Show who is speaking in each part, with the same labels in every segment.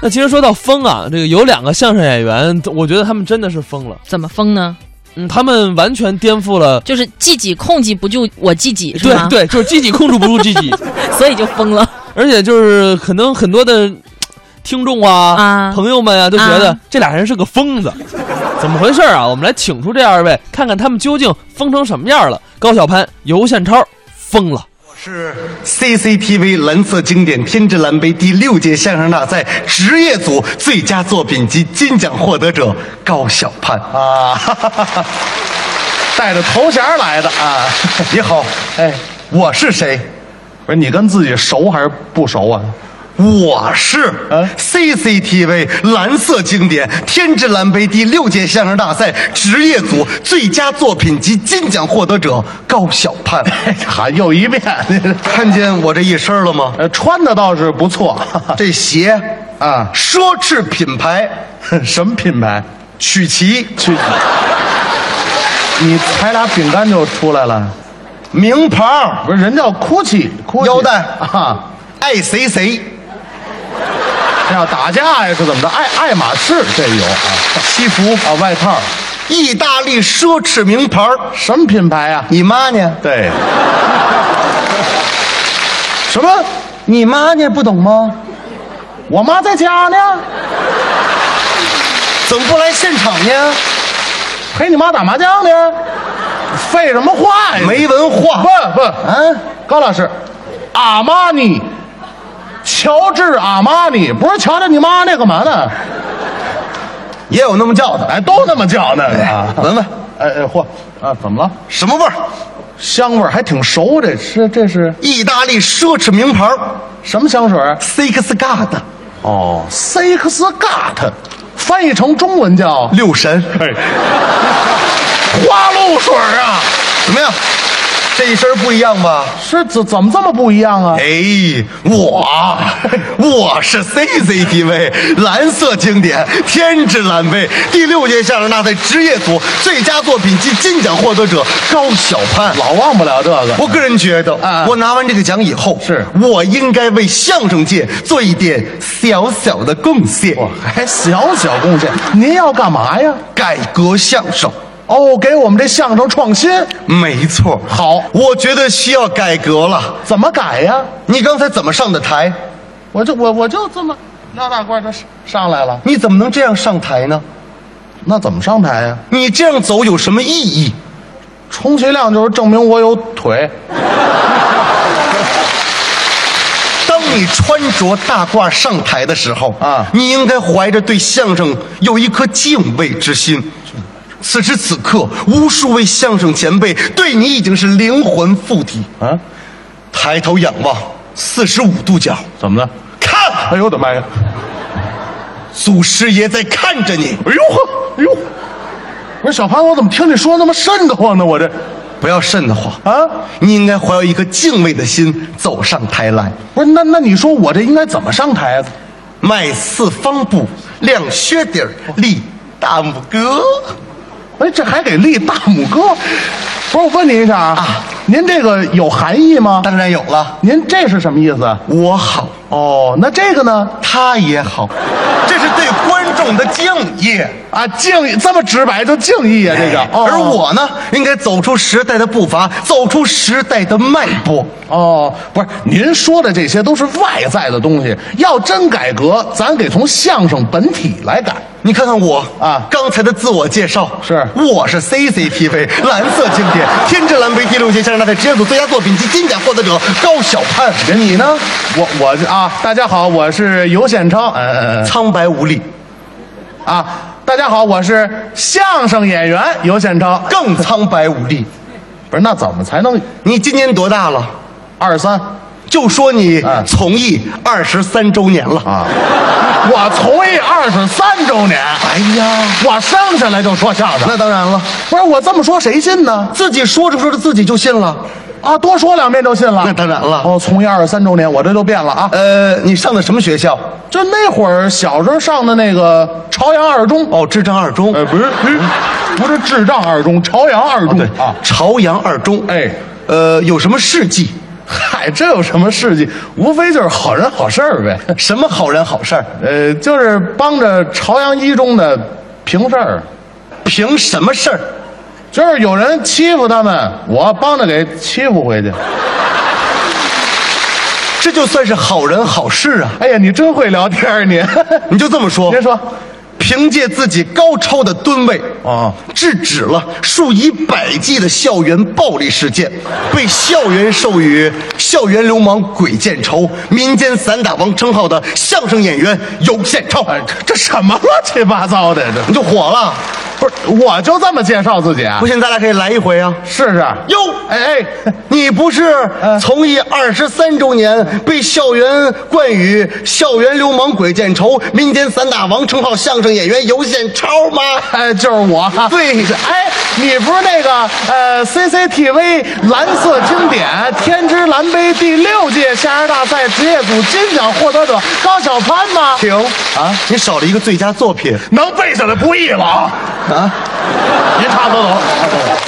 Speaker 1: 那其实说到疯啊，这个有两个相声演员，我觉得他们真的是疯了，
Speaker 2: 怎么疯呢？
Speaker 1: 嗯，他们完全颠覆了，
Speaker 2: 就是自己控制不住我自己，是
Speaker 1: 对
Speaker 2: 吗？
Speaker 1: 对，就是自己控制不住自 己，
Speaker 2: 所以就疯了
Speaker 1: 而且就是可能很多的听众啊、
Speaker 2: 啊！
Speaker 1: 朋友们啊，都觉得
Speaker 2: 啊
Speaker 1: 这俩人是个疯 子，怎么回事啊？我们来请出这二位，看看他们究竟疯成什么样了。高晓攀、尤宪超疯了，
Speaker 3: 是 CCTV 蓝色经典天之蓝杯第六届相声大赛职业组最佳作品及金奖获得者高晓攀啊， 哈哈哈哈带着头衔来的 啊。你好，哎，我是谁？
Speaker 4: 不是你跟自己熟还是不熟啊？
Speaker 3: 我是
Speaker 4: 啊
Speaker 3: CCTV 蓝色经典天之蓝杯第六届相声大赛职业组最佳作品及金奖获得者高晓攀。
Speaker 4: 喊又一遍，
Speaker 3: 看见我这一身了 吗？
Speaker 4: 呃，穿的倒是不错。
Speaker 3: 这鞋
Speaker 4: 啊
Speaker 3: 奢侈品牌
Speaker 4: 什么品牌？
Speaker 3: 曲奇，
Speaker 4: 去，你踩俩饼干就出来了。
Speaker 3: 名牌儿
Speaker 4: 不是，人叫 GUCCI，
Speaker 3: 腰带
Speaker 4: 啊，
Speaker 3: 爱谁谁，
Speaker 4: 这要打架呀是怎么着？爱爱马仕这有啊
Speaker 3: 西服，
Speaker 4: 啊，外套
Speaker 3: 意大利奢侈名牌儿
Speaker 4: 什么品牌啊呀、
Speaker 3: 你妈呢？
Speaker 4: 对，
Speaker 3: 什么？你妈呢？不懂吗？
Speaker 4: 我妈在家呢，
Speaker 3: 怎么不来现场呢？
Speaker 4: 陪你妈打麻将呢，废什么话呀？
Speaker 3: 哎没文
Speaker 4: 不
Speaker 3: 化，
Speaker 4: 不啊，高老师，阿玛尼，乔治阿玛尼，不是瞧瞧你妈那干嘛呢？
Speaker 3: 也有那么叫的。
Speaker 4: 哎，都那么叫呢
Speaker 3: 哎
Speaker 4: 啊！
Speaker 3: 闻闻
Speaker 4: 哎哎嚯啊，怎么了？
Speaker 3: 什么味儿？
Speaker 4: 香味儿还挺熟，这是这是
Speaker 3: 意大利奢侈名牌
Speaker 4: 什么香水儿？
Speaker 3: Six God
Speaker 4: 哦，Six God，翻译成中文叫
Speaker 3: 六神，
Speaker 4: 花露水儿啊！
Speaker 3: 怎么样？这一身不一样吧？
Speaker 4: 是怎怎么这么不一样啊？
Speaker 3: 哎，我我是 CCTV 蓝色经典天之蓝杯第六届相声大赛职业组最佳作品及金奖获得者高晓攀。
Speaker 4: 老忘不了这个。
Speaker 3: 我个人觉得，
Speaker 4: 啊
Speaker 3: 我拿完这个奖以后，
Speaker 4: 是
Speaker 3: 我应该为相声界做一点小小的贡献，
Speaker 4: 我还小小贡献，您要干嘛呀？
Speaker 3: 改革相声。
Speaker 4: 哦，给我们这相声创新，
Speaker 3: 没错，
Speaker 4: 好
Speaker 3: 我觉得需要改革了。
Speaker 4: 怎么改呀？
Speaker 3: 你刚才怎么上的台？
Speaker 4: 我就我我就这么撩大褂就上上来了，
Speaker 3: 你怎么能这样上台呢？
Speaker 4: 那怎么上台呀、
Speaker 3: 你这样走有什么意义？
Speaker 4: 充其量就是证明我有腿。
Speaker 3: 当你穿着大褂上台的时候
Speaker 4: 啊
Speaker 3: 你应该怀着对相声有一颗敬畏之心。此时此刻，无数位相声前辈对你已经是灵魂附体。
Speaker 4: 啊？
Speaker 3: 抬头仰望，四十五度角，
Speaker 4: 怎么的？
Speaker 3: 看
Speaker 4: 哎呦我的妈呀！
Speaker 3: 祖师爷在看着你。
Speaker 4: 哎呦呵，哎呦！我说小潘，我怎么听你说那么瘆得慌呢？我这
Speaker 3: 不要瘆得慌
Speaker 4: 啊！
Speaker 3: 你应该怀有一颗敬畏的心走上台来，
Speaker 4: 不是那那你说我这应该怎么上台啊？
Speaker 3: 迈四方步，亮靴底儿，立大拇哥。
Speaker 4: 哎，这还给立大拇哥？不是我问您一下啊，
Speaker 3: 啊
Speaker 4: 您这个有含义吗？
Speaker 3: 当然有了，
Speaker 4: 您这是什么意思？
Speaker 3: 我好。
Speaker 4: 哦，那这个呢？
Speaker 3: 他也好，这是对观众的敬意。
Speaker 4: 啊，敬意这么直白就敬意啊，这个。哦、
Speaker 3: 而哎我呢，应该走出时代的步伐，走出时代的脉搏。
Speaker 4: 哦，不是，您说的这些都是外在的东西，要真改革，咱得从相声本体来改。
Speaker 3: 你看看我
Speaker 4: 啊
Speaker 3: 刚才的自我介绍
Speaker 4: 是
Speaker 3: 我是 CCTV 蓝色经典 天之蓝杯第六届相声大赛职业组最佳作品及金奖获得者高晓攀，
Speaker 4: 人哎你呢？我我这啊，大家好，我是尤显超，嗯嗯
Speaker 3: 苍白无力，
Speaker 4: 嗯啊，大家好，我是相声演员尤显超。
Speaker 3: 更苍白无力。
Speaker 4: 不是，那怎么才能
Speaker 3: 你今年多大了？
Speaker 4: 二三
Speaker 3: 就说你
Speaker 4: 嗯
Speaker 3: 从艺二十三周年了。
Speaker 4: 啊？ 我从艺二十三周年，
Speaker 3: 哎呀，
Speaker 4: 我生下来就说相声，
Speaker 3: 那当然了，
Speaker 4: 不是我这么说谁信呢？
Speaker 3: 自己说着说着自己就信了。
Speaker 4: 啊，多说两遍就信了。
Speaker 3: 那当然了
Speaker 4: 哦，从艺二十三周年，我这就变了啊。
Speaker 3: 呃，你上的什么学校？
Speaker 4: 就那会儿小时候上的那个朝阳二中，
Speaker 3: 哦，智障二中。
Speaker 4: 呃，不是，不是智障二中，朝阳二中、
Speaker 3: 哦对
Speaker 4: 啊。
Speaker 3: 朝阳二中。
Speaker 4: 哎，
Speaker 3: 呃，有什么事迹？
Speaker 4: 嗨，这有什么事迹？无非就是好人好事儿呗。
Speaker 3: 什么好人好事儿？
Speaker 4: 呃，就是帮着朝阳一中的平事儿，
Speaker 3: 凭什么事儿？
Speaker 4: 就是有人欺负他们，我帮着给欺负回去。
Speaker 3: 这就算是好人好事啊！
Speaker 4: 哎呀，你真会聊天儿，你。
Speaker 3: 你就这么说？
Speaker 4: 您说，
Speaker 3: 凭借自己高超的吨位
Speaker 4: 啊
Speaker 3: 制止了数以百计的校园暴力事件，被校园授予“校园流氓鬼见愁”、“民间散打王”称号的相声演员尤宪超，
Speaker 4: 哎，这啊什么乱七八糟的？这
Speaker 3: 你就火了。
Speaker 4: 不是，我就这么介绍自己啊
Speaker 3: 不？信，咱俩可以来一回啊！
Speaker 4: 试试。
Speaker 3: 哟，
Speaker 4: 哎哎，
Speaker 3: 你不是
Speaker 4: 嗯
Speaker 3: 从艺二十三周年被校园冠以“校园流氓鬼见愁”、“民间散打王”称号相声演员尤宪超吗？
Speaker 4: 哎，就是我。
Speaker 3: 对
Speaker 4: 是哎，你不是那个呃 CCTV 蓝色经典天之蓝杯第六届相声大赛职业组金奖获得者高晓攀吗？
Speaker 3: 停啊！你少了一个最佳作品
Speaker 4: 能背下来不易了啊！
Speaker 3: 啊！
Speaker 4: 您差不多懂。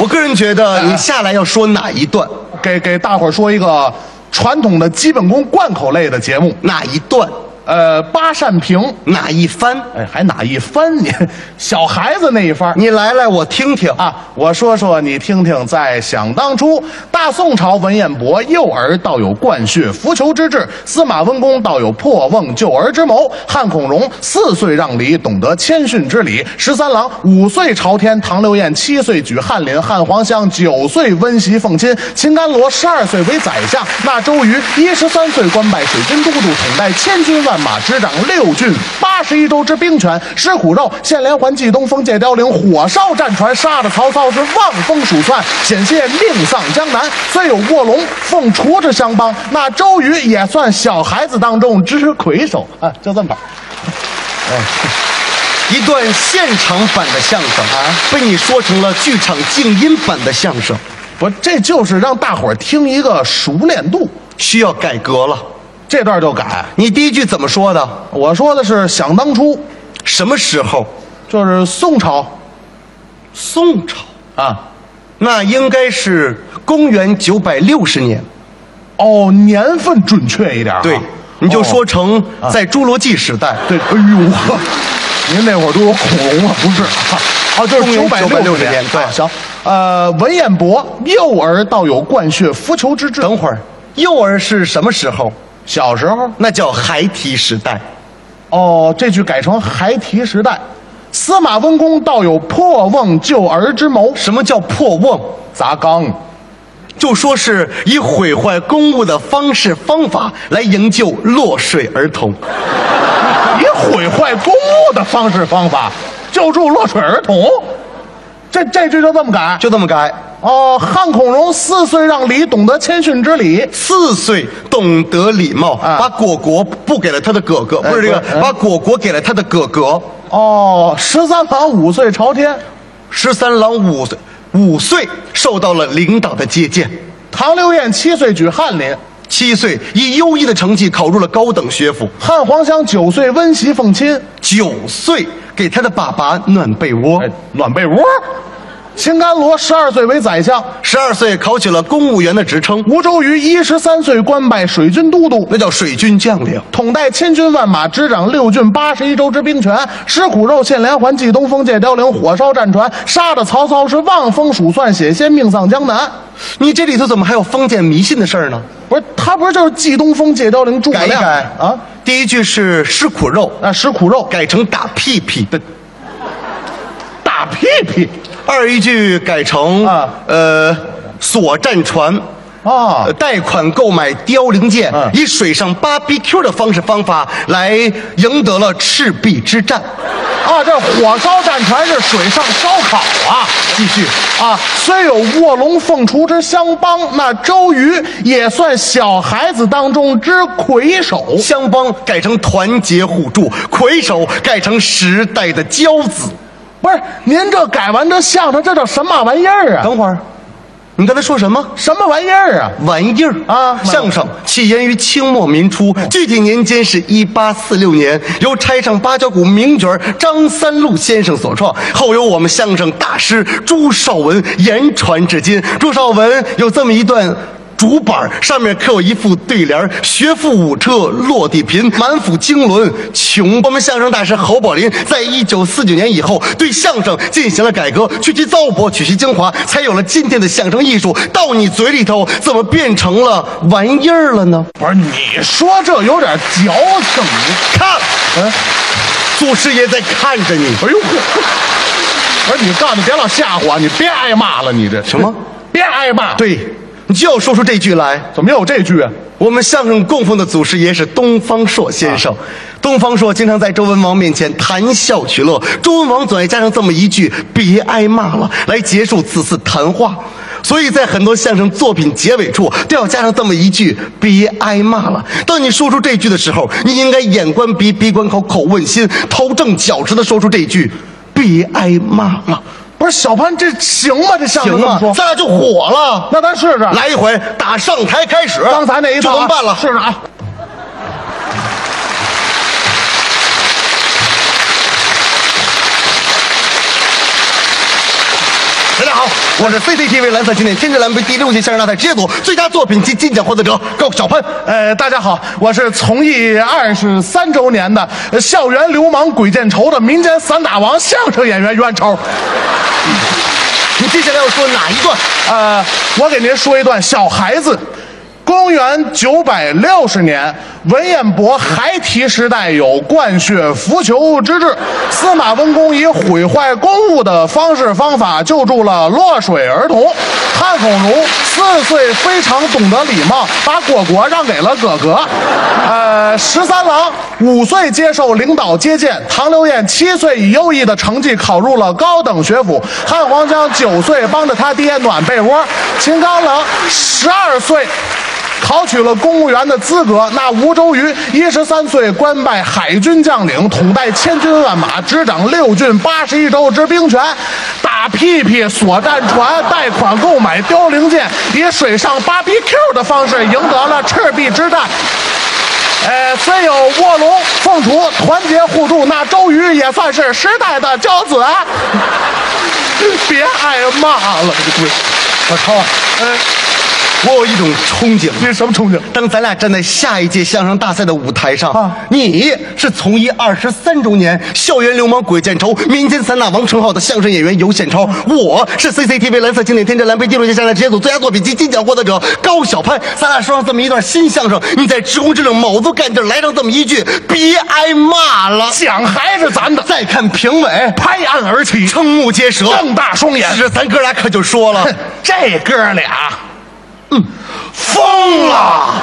Speaker 3: 我个人觉得你下来要说哪一段，
Speaker 4: 给给大伙儿说一个传统的基本功贯口类的节目，
Speaker 3: 哪一段，
Speaker 4: 呃，八扇屏。
Speaker 3: 哪一番，
Speaker 4: 哎，还哪一番你？小孩子那一番。
Speaker 3: 你来来我听听啊！
Speaker 4: 啊，我说说你听听，在想当初，大宋朝文彦博幼儿道有灌血扶求之志，司马温公道有破瓮救儿之谋，汉孔融四岁让梨，懂得谦逊之礼；十三郎五岁朝天，唐刘晏七岁举翰林，汉黄香九岁温席奉亲，秦甘罗十二岁为宰相，那周瑜一十三岁官拜水军都督，统带千军万马，执掌六郡八十一州之兵权，狮虎肉、献连环、冀东风、借雕翎、火烧战船，杀的曹操是望风鼠窜，险些命丧江南。虽有卧龙凤雏之相帮，那周瑜也算小孩子当中之魁首啊！就这么法。
Speaker 3: 一段现场版的相声啊
Speaker 4: 啊，
Speaker 3: 被你说成了剧场静音版的相声，
Speaker 4: 不，这就是让大伙儿听一个熟练度。
Speaker 3: 需要改革了。
Speaker 4: 这段就改，
Speaker 3: 你第一句怎么说的？
Speaker 4: 我说的是想当初，
Speaker 3: 什么时候？
Speaker 4: 就是宋朝
Speaker 3: 宋朝，
Speaker 4: 啊。
Speaker 3: 那应该是公元九百六十年。
Speaker 4: 哦，年份准确一点、啊。
Speaker 3: 对，你就说
Speaker 4: 哦
Speaker 3: 成在侏罗纪时代。
Speaker 4: 对，哎呦呵，您那会儿都有恐龙了，不是？啊，就是
Speaker 3: 公元
Speaker 4: 九百六
Speaker 3: 960年对
Speaker 4: 啊行。呃，文彦博幼儿道有灌血扶求之志。
Speaker 3: 等会儿，幼儿是什么时候？
Speaker 4: 小时候，
Speaker 3: 那叫孩提时代。
Speaker 4: 哦，这句改成孩提时代。司马温公道有破瓮救儿之谋，
Speaker 3: 什么叫破瓮？
Speaker 4: 砸缸。
Speaker 3: 就说是以毁坏公物的方式方法来营救落水儿童。
Speaker 4: 以毁坏公物的方式方法救助落水儿童，这这句就这么改。
Speaker 3: 就这么改。
Speaker 4: 哦，汉孔融四岁让梨，懂得谦逊之礼。
Speaker 3: 四岁懂得礼貌，
Speaker 4: 啊
Speaker 3: 把果果不给了他的哥哥，
Speaker 4: 哎
Speaker 3: 不是这个
Speaker 4: 不是，哎
Speaker 3: 把果果给了他的哥哥。
Speaker 4: 哦，十三郎五岁朝天，
Speaker 3: 十三郎五岁五岁受到了领导的接见，
Speaker 4: 唐刘晏七岁举翰林，
Speaker 3: 七岁以优异的成绩考入了高等学府，
Speaker 4: 汉黄香九岁温席奉亲。
Speaker 3: 九岁给他的爸爸暖被窝，，
Speaker 4: 哎暖被窝。秦甘罗十二岁为宰相，
Speaker 3: 十二岁考取了公务员的职称，
Speaker 4: 吴周瑜一十三岁官拜水军都督。
Speaker 3: 那叫水军将领。
Speaker 4: 统带千军万马，执掌六郡八十一州之兵权，狮虎肉、献连环、冀东风、借雕翎、火烧战船，杀的曹操是望风鼠窜，险些命丧江南。
Speaker 3: 你这里头怎么还有封建迷信的事儿呢？
Speaker 4: 不是他，不是就是冀东风、借雕翎、诸葛
Speaker 3: 改一
Speaker 4: 亮
Speaker 3: 改
Speaker 4: 啊？！
Speaker 3: 第一句是吃苦肉，
Speaker 4: 啊，食苦肉，
Speaker 3: 改成打屁屁的。
Speaker 4: 打屁屁
Speaker 3: 二一句改成
Speaker 4: 啊
Speaker 3: 呃，所战船，
Speaker 4: 啊
Speaker 3: 呃，贷款购买凋零舰，
Speaker 4: 嗯
Speaker 3: 以水上 BBQ 的方式方法来赢得了赤壁之战。
Speaker 4: 啊！这火烧战船是水上烧烤啊！
Speaker 3: 继续，
Speaker 4: 啊，虽有卧龙凤雏之相帮，那周瑜也算小孩子当中之魁首。
Speaker 3: 相帮改成团结互助，魁首改成时代的骄子。
Speaker 4: 不是您这改完这相声，这叫什么玩意儿啊？
Speaker 3: 等会儿，你刚才说什么？
Speaker 4: 什么玩意儿啊？
Speaker 3: 玩意儿
Speaker 4: 啊
Speaker 3: 相声起源于清末民初，具体年间是一八四六年，由拆上八角鼓名角儿张三禄先生所创，后由我们相声大师朱绍文言传至今。朱绍文有这么一段竹板儿，上面刻有一副对联儿：“学富五车，落地贫，满腹经纶穷。”我们相声大师侯宝林在一九四九年以后对相声进行了改革，去其糟粕，取其精华，才有了今天的相声艺术。到你嘴里头，怎么变成了玩意儿了呢？
Speaker 4: 不是你说这有点矫情，
Speaker 3: 看，嗯，祖师爷在看着你。
Speaker 4: 哎呦，不是你告诉你别老吓唬啊，你别挨骂了，你这
Speaker 3: 什么？
Speaker 4: 别挨骂，，
Speaker 3: 对，你就要说出这句来。
Speaker 4: 怎么又有这句啊？
Speaker 3: 我们相声供奉的祖师爷是东方朔先生。啊东方朔经常在周文王面前谈笑取乐，周文王总爱加上这么一句“别挨骂了”来结束此次谈话，所以在很多相声作品结尾处都要加上这么一句“别挨骂了”。当你说出这句的时候，你应该眼观鼻，鼻观口，口问心，头正脚直的说出这句“别挨骂了
Speaker 4: 不是小潘，这行吗？这”，相
Speaker 3: 行
Speaker 4: 声这么
Speaker 3: 吗？
Speaker 4: 说，
Speaker 3: 咱俩就火了。
Speaker 4: 那咱试试。
Speaker 3: 来一回，打上台开始，
Speaker 4: 啊刚才那一
Speaker 3: 就
Speaker 4: 套啊
Speaker 3: 这么办了。
Speaker 4: 试试啊。
Speaker 3: 大家好，我是 CCTV 蓝色经典天之蓝杯第六届相声大赛职业组最佳作品及金奖获得者高哎小潘。
Speaker 4: 呃，大家好，我是从艺二十三周年的呃校园流氓鬼见愁的民间散打王相声演员袁超。
Speaker 3: 你接下来要说哪一段？
Speaker 4: 呃，我给您说一段小孩子。公元九百六十年，文彦博孩提时代有灌血扶求之志。司马温公以毁坏公物的方式方法救助了落水儿童。汉孔融四岁非常懂得礼貌，把果果让给了哥哥。呃，十三郎五岁接受领导接见，唐刘晏七岁以优异的成绩考入了高等学府，汉皇江九岁帮着他爹暖被窝，秦刚狼十二岁。考取了公务员的资格，那吴周瑜一十三岁官拜海军将领，统带千军万马，执掌六郡八十一州之兵权，打屁屁、锁战船、贷款购买凋零舰，以水上 BBQ 的方式赢得了赤壁之战。呃，虽有卧龙凤雏团结互助，那周瑜也算是时代的骄子啊！ 别挨骂了，这对，
Speaker 3: 小超啊，
Speaker 4: 呃，
Speaker 3: 我有一种憧憬。
Speaker 4: 这什么憧憬？
Speaker 3: 当咱俩站在下一届相声大赛的舞台上，
Speaker 4: 啊
Speaker 3: 你是从艺二十三周年校园流氓鬼见愁民间散打王称号的相声演员尤宪超，我是 CCTV 蓝色经典天真蓝杯第六届相声大赛职业组最佳作品及金奖获得者高小潘。咱俩说上这么一段新相声，你在职工之令卯足干劲儿来上这么一句，别挨骂了。
Speaker 4: 奖还是咱的，
Speaker 3: 再看评委，
Speaker 4: 拍案而起，
Speaker 3: 瞠目结舌，
Speaker 4: 瞪大双眼。
Speaker 3: 是咱哥俩可就说了，
Speaker 4: 这哥俩
Speaker 3: 疯了。